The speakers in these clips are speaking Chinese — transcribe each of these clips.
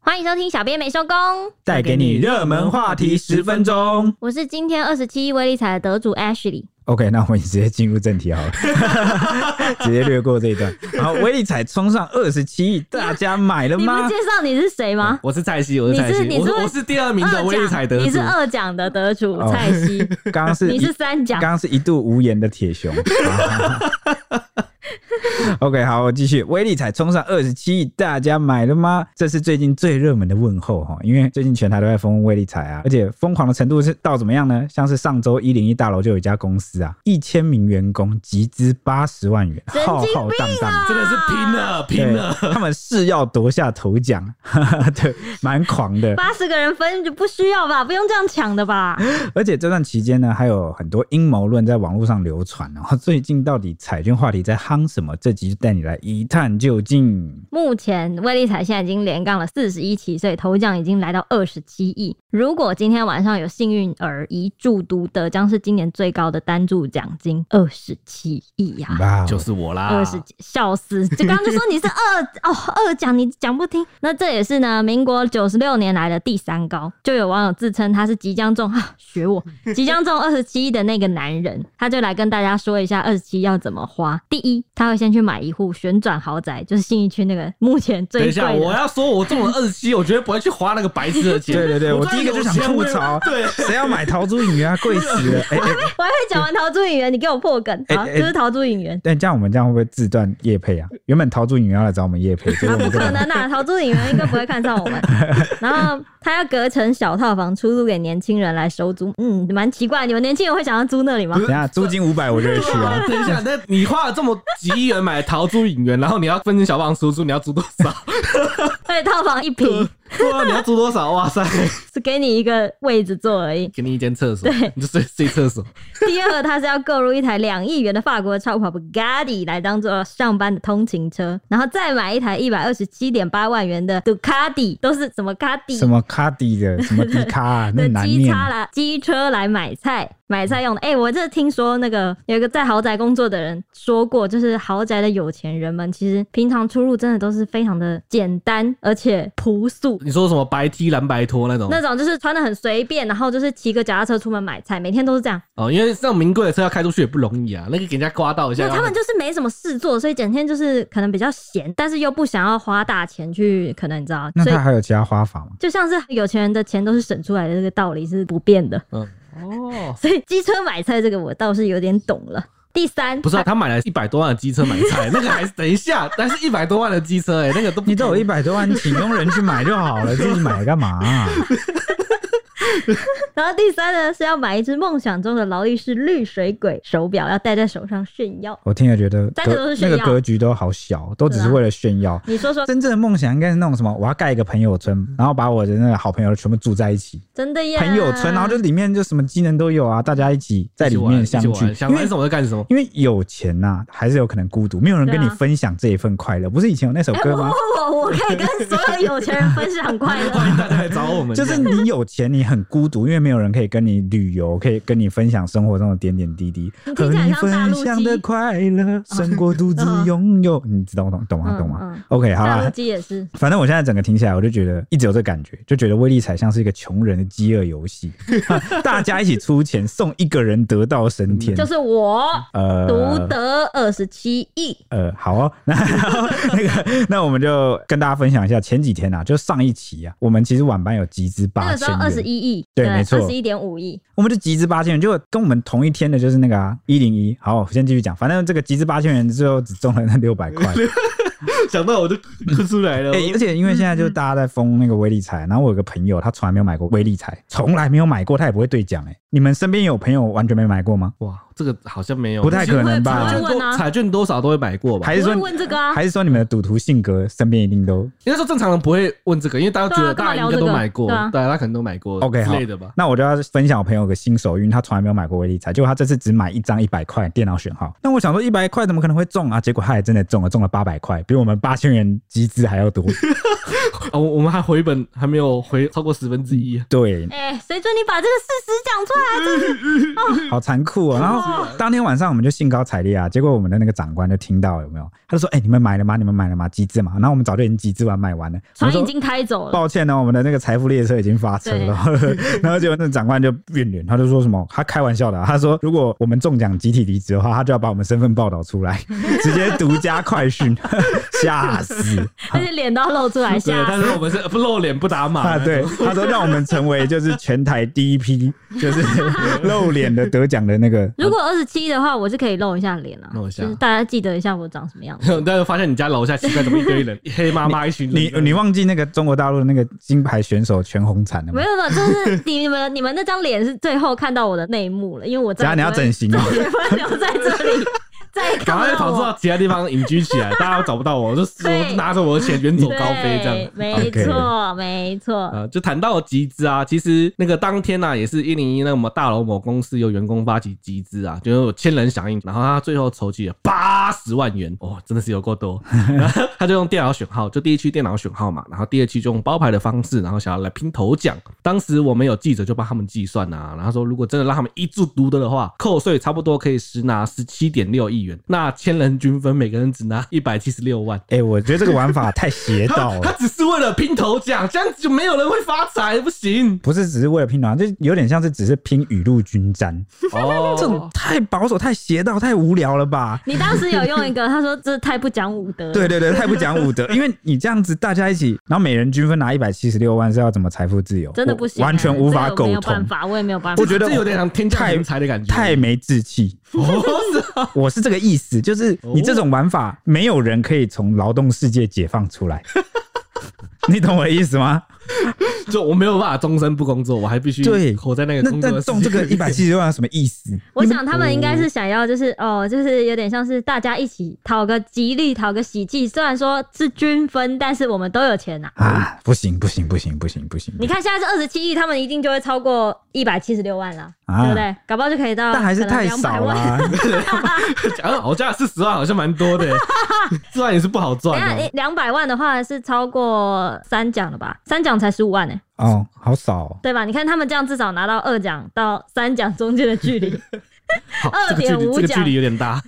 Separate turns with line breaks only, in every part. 欢迎收听《小编没收工》，
带给你热门话题十分钟。
我是今天二十七威力彩的得主 Ashley。
OK，那我们直接进入正题好了， 直接略过这一段。好，威力彩冲上二十七亿，大家买了
你不
吗
介？绍你是谁吗？
我是蔡西，我是蔡
你是
西，
你
我
是
我是第二名的威力彩得
你
主
是。二奖的得主
哦
蔡 西，
刚刚是
你
一
是三
刚
奖。
刚是一度无言的 铁熊。OK，好，我继续。威力彩冲上二十七亿，大家买了吗？这是最近最热门的问候哈，因为最近全台都在疯威力彩啊，而且疯狂的程度是到怎么样呢？像是上周一零一大楼就有一家公司啊，一千名员工集资八十万元，
神经病啊
浩浩荡荡。
真的是拼了，拼了！
对，他们是要夺下头奖， 对，蛮狂的。
八十个人分就不需要吧，不用这样抢的吧？
而且这段期间呢，还有很多阴谋论在网络上流传。然后 最近到底彩券话题在夯什么？这集就带你来一探究竟。
目前威力彩现在已经连杠了四十一期，所以头奖已经来到二十七亿。如果今天晚上有幸运儿一注独得，将是今年最高的单注奖金二十七亿呀！
哇哦，
就是我啦，
二十几笑死！ 就刚刚就说你是二哦二讲你讲不听，那这也是呢，民国九十六年来的第三高。就有网友自称他是即将中啊，学 我即将中二十七亿的那个男人，他就来跟大家说一下二十七要怎么花。第一，他会先去买一户旋转豪宅，就是信义区那个目前最贵
等一下，我
的。
要说，我中了二十七，我绝对不会去花那个白痴的钱。
对对对，我第一个就想吐槽，
对，
谁要买桃珠影啊？贵 死了！哎哎，
我还会讲完陶朱影园，你给我破梗，
哎
好，
哎
就是陶朱影园。
但这样我们这样会不会自断叶配啊？原本桃珠影要来找我们叶配，结 果
啊，不
我们这
可
个
能啊！逃出影院应该不会看上 我们。然后他要隔成小套房出租给年轻人来收租，嗯，蛮奇怪。你们年轻人会想要租那里吗
等？一下租金五百我就会去 啊。
等一下，那你花了这么几亿元买桃珠影园，然后你要分成小棒叔叔，你要租多 少？
而且套房一平
对啊，你要租多少？哇塞，
是给你一个位置坐而 已。
给你一间厕所，你就睡睡厕所。
第二，他是要购入一台两亿元的法国超跑 Bugatti 来当做上班的通勤车，然后再买一台一百二十七点八万元的 Ducati，都是什么 Cati？
什么卡迪的，什么迪 卡啊，
的
那很难
机
念。
叉啦，机车来买菜，买菜用的。哎、我这听说那个有一个在豪宅工作的人说过，就是豪宅的有钱人们，其实平常出入真的都是非常的简单，而且朴素。
你说什么白 T 蓝白拖那
哦
种？
那种就是穿的很随便，然后就是骑个脚踏车出门买菜，每天都是这样。
哦，因为这种名贵的车要开出去也不容易啊，那个给人家刮到一
因
下
为，他们就是没什么事做，所以整天就是可能比较闲，但是又不想要花大钱去，可能你知道，
那
所以
他还有其他花法吗？
就像是有钱人的钱都是省出来的这个道理是不变的。
嗯，哦，
所以机车买菜这个我倒是有点懂了。第三，
不是、啊，他买了一百多万的机车买 菜，那个还是等一下，但是一百多万的机车、欸，哎，那个都不
你都有一百多万，你请佣人去买就 好了，自己买干嘛啊、
然后第三呢是要买一只梦想中的劳力士绿水鬼手表，要戴在手上炫耀。
我听了觉得
但是都
格
是炫
那
耀啊
个格局都好小，都只是为了炫耀。
你说说，
真正的梦想应该是那种什么，我要盖一个朋友村，然后把我的那个好朋友全部住在一起，
真的耶？
朋友村，然后就里面就什么机能都有啊，大家一起在里面相
一起
聚
玩，想
因
玩
为
什。么就干什么。
因为有钱呐、还是有可能孤独，没有人跟
对
你
啊
分享这一份快乐。不是以前有那首
哎、
歌
我
吗？
我我我可以跟所有有钱人分享快乐。
欢迎 大家来找我们，
就是你有钱，你很孤独，因为没有人可以跟你旅游，可以跟你分享生活中的点点滴滴，
你听
和
起来像大
你分
陆
享的
鸡，
快乐胜过独自
嗯
拥有。你知道我懂懂吗？
嗯
懂吗
嗯
？OK，好啊
大陆
了，
鸡也是。
反正我现在整个听起来，我就觉得一直有这感觉，就觉得威力彩像是一个穷人的饥饿游戏， 大家一起出钱送一个人得道升天，
嗯就是我
呃
独得二十七亿，
呃，好哦，那那个，那我们就跟大家分享一下前几天啊，就上一期啊，我们其实晚班有集资
那
八
个时
千
候二十
元，
一亿，
对没错
二十一点五亿，
我们就集资八千元，就跟我们同一天的就是那个啊一零一。好，我先继续讲，反正这个集资八千元最后只中了那六百块，
想到我就哭出来 了。
欸而且因为现在
嗯
就是大家在疯那个威力彩，然后我有个朋友他从来没有买过威力彩，从来没有买过，他也不会兑奖哎。你们身边有朋友完全没买过吗？
哇，这个好像没有，
不太可能吧
彩券
我会问啊
多彩券多少都会买过吧？
还是
我
说
会
你
问这个啊？
还是说你们的赌徒性格身边一定都
应该说正常人不会问这个，因为大家觉得
对啊
大
干嘛
家
聊
应
这
该
个
都买过，
对啊
大家可能都买过
OK
之
好
类的吧？
那我就要分享我朋友有个新手运，他从来没有买过威力彩，结果他这次只买一张一百块电脑选号。那我想说一百 块怎么可能会中啊？结果他也真的中了，中了八百块，比我们八千元集资还要多。
哦，我我们还回本还没有回超过十分之
嗯
一，
对，
哎、谁准你把这个事实讲出来？
嗯 好残酷哦。然
啊
后当天晚上我们就兴高采烈啊，结果我们的那个长官就听到有没有？他就说：“哎、你们买了吗？你们买了吗？集资嘛。”然后我们早就已经集资完买完了。我
船
们说
已经呃开走了，
抱歉呢、哦我们的那个财富列车已经发车了， 然后结果那长官就变脸，他就说什么，他开玩笑的啊、他说如果我们中奖集体离职的话，他就要把我们身份报道出来， 直接独家快讯， 吓死
而且脸都要露出 来，
对，
吓死！
但是我 们是不露脸不打码
哦
啊！，对，他说让我们成为就是全台第一批就是露脸的得奖的那个，
如果二十七的话，我是可以露一下脸啊，
露一下
就是大家记得一下我长什么样子。
但是发现你家楼下奇怪怎么一 堆人，黑麻麻一群人，
你你忘记那个中国大陆的那个金牌选手全红婵了吗
没？有没有，就是你们你们那张脸是最后看到我的内幕了，因为我
只
在
要你要整形哦，
也不会留在这 里，再也
赶
看
快
不
逃
到
出
我
到。其他地方隐居 起来，大家都找不到我，我就
对
我就拿着我的钱远走
对，
高飞这样。
没
OK
错没错，
呃，就谈到集资啊，其实那个当天呢、啊，也是一零一那么大楼某公司由员工发起集资啊，就是有千人响应，然后他最后筹集了八十万元，哦，真的是有够多。 然后他就用电脑选号，就第一区电脑选号嘛，然后第二区就用包牌的方式，然后想要来拼头奖。当时我们有记者就帮他们计算啊，然后说如果真的让他们一注独得的话，扣税差不多可以实拿十七点六亿元，那千人均分，每个人只拿一百七十六万。
哎、我觉得这个玩法太邪道
他
了
他。只是为了拼头奖，这样子就没有人会发财，不行。
不是只是为了拼团，就有点像是只是拼雨露均沾，
哦，
这种太保守、太邪道、太无聊了吧？
你当时有用一个，他说这太不讲武德。
对，对对，太不讲武德， 因为你这样子大家一起，然后每人均分拿一百七十六万，是要怎么财富自由？
真的不行
我
欸，
完全无法
这个我没
苟
有办
同，
法，我也没有办法。
我觉得
这有点像天降
太
人才的感觉，
太没志气。
哦是啊
我是这个意思，就是你这种玩法，没有人可以从劳动世界解放 出来。你懂我的意思吗？
就我没有办法终身不工作，我还必须
对
活在那个
那
工作
那
的
中这个
世界
一百七十万有什么意思？
我想他们应该是想要，就是哦，就是有点像是大家一起讨个吉利，讨个喜气。虽然说是均分，但是我们都有钱拿。
啊，不行不行不行不行不行！
你看现在是二十七亿，他们一定就会超过一百七十六万啦，
啊
对不对？搞不好就可以到，
但还是太少啊
了。
啦。
讲到我家四十万啊好像蛮多 的，这万也是不好
等
赚啊
一下，
的
诶。两百万的话是超过三奖了吧？三奖才十五万呢、
哦，好少、哦。
对吧？你看他们这样至少拿到二奖到三奖中间的距离，
好，
哎
这个距离
2.5
这个距
奖
离有点大，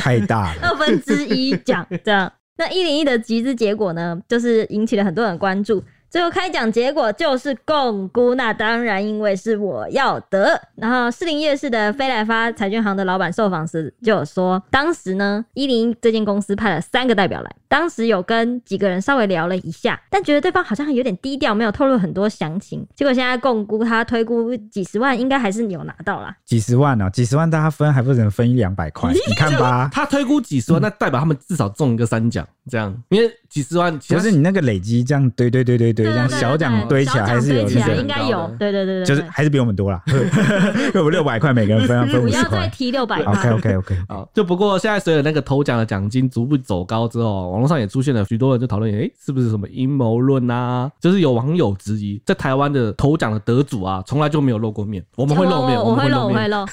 太大了。
二分之一奖这样。那一零一的集资结果呢，就是引起了很多人关注。最后开奖结果就是共估，那当然因为是我要得。然后士林夜市的飞来发彩券行的老板受访时就有说，当时呢一零一这间公司派了三个代表来，当时有跟几个人稍微聊了一下，但觉得对方好像有点低调，没有透露很多详情。结果现在共估他推估几十万，应该还是有拿到啦。
几十万 哦，几十万大家分还不能分一两百块？你看 吧，
他推估几十万，那代表他们至少中一个三奖，这样，因为几十万其
不
他
是你那个累积这样堆堆堆堆堆，这样
对对对
小奖堆起
小
来还是有
奖堆起
那
来
个
应该有，对对对对，
就是
对
还是比我们多啦， 我们六百块每个人分啊，分
不
五
要
十
再
块。
提六百
OK OK OK，
啊，就不过现在随着那个头奖的奖金逐步走高之后，网络上也出现了许多人就讨论，诶，是不是什么阴谋论啊？就是有网友质疑，在台湾的头奖的得主啊，从来就没有露过面，我们会露面，
哦我
们
会露，
露
我会
面，
露。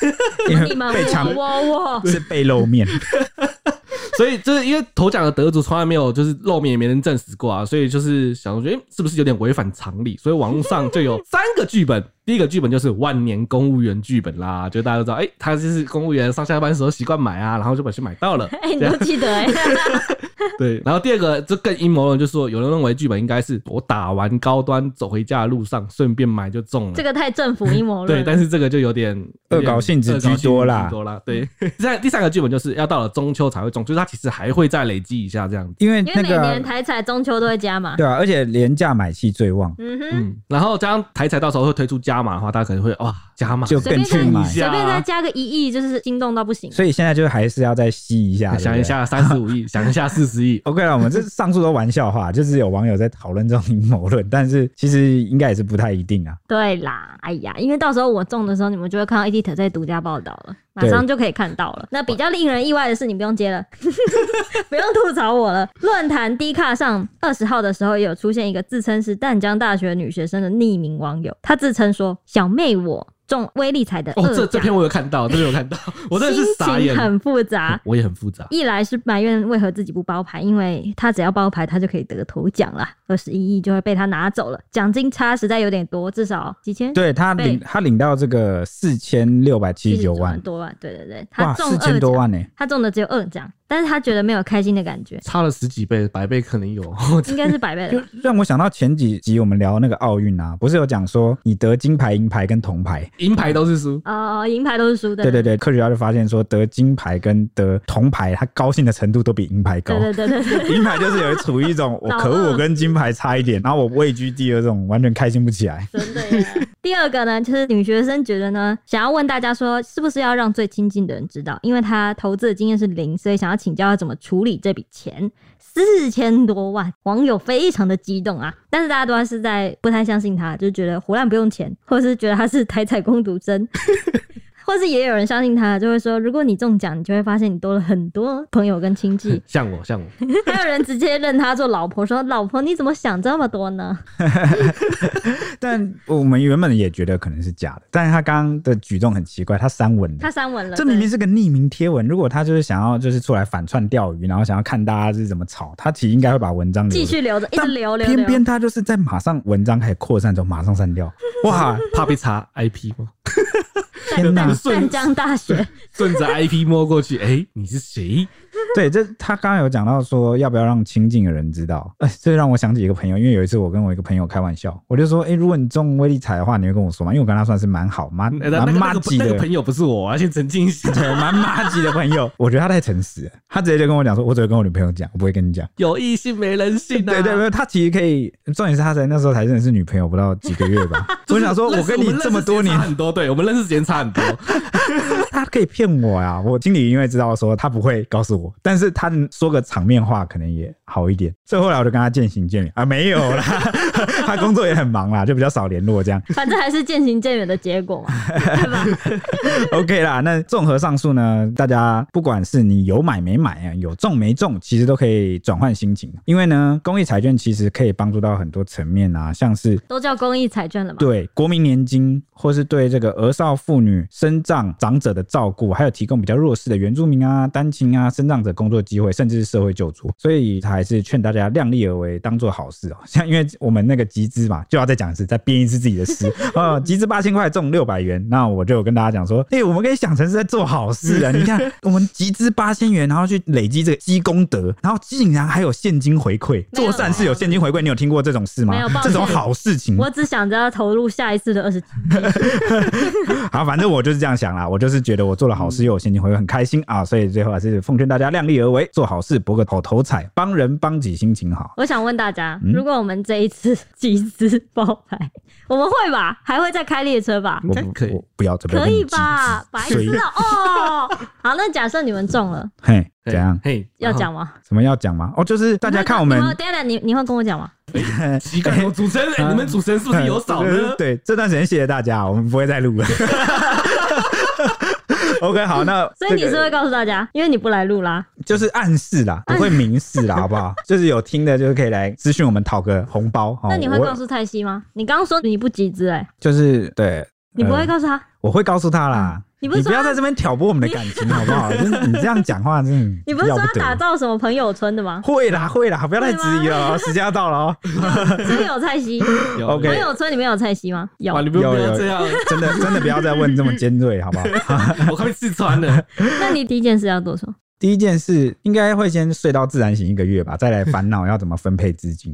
因
你
为
们
被强
我我我，
是被露面，
所以就是因为头奖的得主从来没有就是露面，也没人证实过啊，所以就是想说，诶，是不是有点违反常理？所以网络上 就有三个剧本。第一个剧本就是万年公务员剧本啦，就大家都知道，诶，他就是公务员上下班的时候习惯买啊，然后就把去买到了。
哎、你都记得哎、
对，然后第二个就更阴谋论，就是说有人认为剧本应该是我打完高端走回家的路上顺便买就中了。
这个太政府阴谋论
对，
了。
但是这个就有点
恶搞性质居多啦
恶搞性质居多啦。嗯 对，再第三个剧本就是要到了中秋才会中，就是它其实还会再累积一下这样子。
因为
因
那
为每
个
年台彩中秋都会加嘛。
对啊，而且廉价买气最旺，
嗯哼，
嗯，然后加上台彩到时候会推出加码的话，大家可能会哇加码，
就
随
更
便
去
再
买。
随便再加个一亿，就是心动到不行。
所以现在就还是要再吸一下，
想
对
一
不对。
下三十五 亿，想一下四十 亿，
OK 了，我们这上述都玩笑话， 就是有网友在讨论这种阴谋论，但是其实应该也是不太一定啊。
对啦，哎呀，因为到时候我中的时候，你们就会看到 EDT 在独家报道了，马上就可以看到了。那比较令人意外的是，你不用接 了，不用吐槽我了。论坛 D 卡上二十号的时候，也有出现一个自称是淡江大学女学生的匿名网友，她自称说：“小妹我。”中威力彩的
哦，这
二
这
奖，
篇我有看到，这篇有看到，我真的是傻
啊心情
眼，
很复 杂。
我也很复杂。
一来是埋怨为何自己不包牌，因为他只要包牌，他就可以得头奖啦，二十一亿就会被他拿走了，奖金差实在有点多，至少几千。
对他领他领到这个四千六百七十九万，
多万，对对对，他
哇，
中
四千
二
多
奖，
万呢、
他中的只有二奖，但是他觉得没有开心的感觉，
差了十几倍，百倍可能有。
应该是百倍
就
的。
让我想到前几集我们聊那个奥运啊，不是有讲说你得金牌、银牌跟铜牌，
银牌都是输，
哦，银牌都是输的，
对对对，科学家就发现说得金牌跟得铜牌，他高兴的程度都比银牌高
对。对对对对，
银牌就是有处于一种我
老
可
二
恶，我跟金牌差一点，然后我位居第二，这种完全开心不起来。
真的耶。第二个呢，就是女学生觉得呢，想要问大家说，是不是要让最亲近的人知道，因为她投资的经验是零，所以想要请教她怎么处理这笔钱，四千多万，网友非常的激动啊。但是大家都还是在不太相信她，就觉得胡乱不用钱，或是觉得她是台彩公主生。 或是也有人相信她，就会说，如果你中奖，你就会发现你多了很多朋友跟亲 戚。
像我，像我，
还有人直接认她做老婆，说：“老婆，你怎么想这么多呢？”
但我们原本也觉得可能是假的，但是他刚刚的举动很奇怪，他删文
她
的。
删文了，
这明
对
明是个匿名贴文，如果他就是想要就是出来反串钓鱼，然后想要看大家是怎么吵，他其实应该会把文章留
继
着
续留着，一直
但
留留
偏
留。
偏他就是在马上文章开始扩散之后马上 删掉，哇！
怕被查 IP 吗？
天哪
淡
顺
淡江大学，
顺着 IP 摸过去，哎、你是谁？
对，这他刚刚有讲到说要不要让亲近的人知道， 哎，这让我想起一个朋友，因为有一次我跟我一个朋友开玩笑，我就说，哎，如果你中威力彩的话，你会跟我说吗？因为我跟他算是蛮好蛮
那那
蛮
个那
妈
个
鸡
那个
的
朋。友不是我，而且陈静熙
对，蛮妈鸡的朋友，我觉得他太诚实了，他直接就跟我讲说，我只会跟我女朋友讲，我不会跟你讲。
有异性没人性啊！
对对对，他其实可以，重点是他才那时候才认识女朋友不到几个月 吧。
就是
我想说，
认
我
识
跟你
们
这么多
认识时间
年
差，很多，对我们认识时间差很 多，
他可以骗我呀、我经理因为知道说他不会告诉我，但是他说个场面话可能也好一点。所以后来我就跟他渐行渐远啊，没有啦， 他工作也很忙啦，就比较少联络这样。
反正还是渐行渐远的结果嘛，对吧？
OK 啦，那综合上述呢，大家不管是你有买没买啊，有中没中，其实都可以转换心情，因为呢，公益彩券其实可以帮助到很多层面啊，像是
都叫公益彩券了嘛。
对国民年金，或是对这个儿少妇女、身障长者的照顾，还有提供比较弱势的原住民啊、单亲啊、身障者工作机会，甚至是社会救助。所以还是劝大家量力而为，当做好事哦。像因为我们那个集资嘛，就要再讲一次，再编一次自己 的诗哦。集资八千块中六百元，那我就有跟大家讲说，哎、我们可以想成是在做好事啊。你看，我们集资八千元，然后去累积这个积功德，然后竟然还有现金回馈，
没有
做善事有现金回馈，你有听过这种事吗
没有抱？
这种
歉
好事情，
我只想着要投入下一次的二十，
好，反正我就是这样想啦，我就是觉得我做了好
嗯
事又有现金回馈，很开心啊，所以最后还是奉劝大家量力而为，做好事博个好头彩，帮人帮己心情好。
我想问大家，
嗯
如果我们这一次 集资爆牌，我们会吧？还会再开列车吧？
应该可以
嗯我我不要这边
可以吧？白
所以
痴了哦！好，那假设你们中了，
嘿，
嘿
怎样？
嘿，
要
然后
讲吗？
什么要讲吗？哦，就是大
大
家看我们。
等一下，你你会跟我讲吗？
奇怪，我主持人，哎
啊？
你们主持人是不是有少呢
对，这段时间谢谢大家，我们不会再录了。OK，好，那
所以你
这
是
个
会告诉大家，因为你不来录啦。
就是暗示啦，不会明示啦，好不好？就是有听的，就是可以来咨询我们讨个红包。哦
那你会
我
告诉泰熙吗？你刚刚说你不集资，哎，
就是对，
你不
呃
会告诉他？
我会告诉他啦。
你
你
不是说
要在这边挑拨我们的感情，好不 好？真的你这样讲话，真的
你不是
要
说
不
要打
得。
造什么朋友村的吗？
会啦，会啦，不要太质疑了哦，时间要到了哦。
是不是有蔡西？
有
OK
朋友村里面有蔡西吗？有
哇，。你们不
有
要
有
这样，
真的，真的不要再问这么尖锐，好不 好？
我快被刺穿了。
那你第一件事要做什么？
第一件事应该会先睡到自然醒一个月吧，再来烦恼要 怎么分配资金。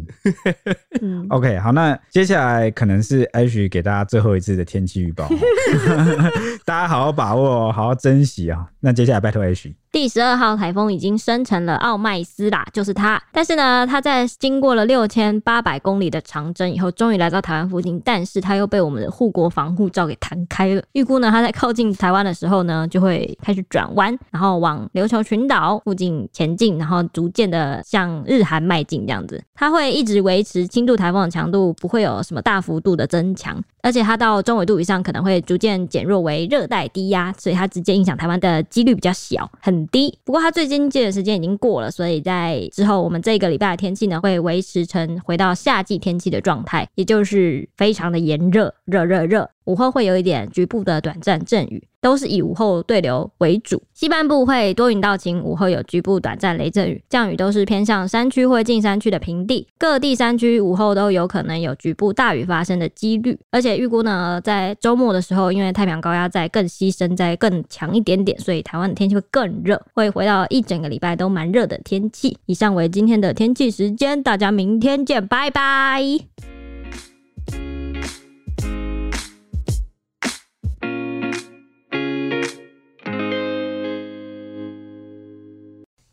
嗯，
OK，好，那接下来可能是 H 给大家最后一次的天气预报哦，大家好 好把握哦，好好珍惜啊、那接下来拜托 H，
第十二号台风已经生成了奥麦斯啦，就是它。但是呢，它在经过了六千八百公里的长征以后，终于来到台湾附近，但是它又被我们的护国防护罩给弹开了。预估呢，它在靠近台湾的时候呢，就会开始转弯，然后往琉球群岛附近前进，然后逐渐的向日韩迈进，这样子。它会一直维持轻度台风的强度，不会有什么大幅度的增强。而且它到中纬度以上可能会逐渐减弱为热带低压，所以它直接影响台湾的几率比较小，很低。不过它最经济的时间已经过了，所以在之后我们这个礼拜的天气呢，会维持成回到夏季天气的状态，也就是非常的炎热，热热热。午后会有一点局部的短暂阵雨，都是以午后对流为主。西半部会多云到晴，午后有局部短暂雷阵雨，降雨都是偏向山区或近山区的平地，各地山区午后都有可能有局部大雨发生的几率。而且预估呢，在周末的时候，因为太平洋高压在更西伸，在更强一点点，所以台湾的天气会更热，会回到一整个礼拜都蛮热的天气。以上为今天的天气时间，大家明天见，拜拜。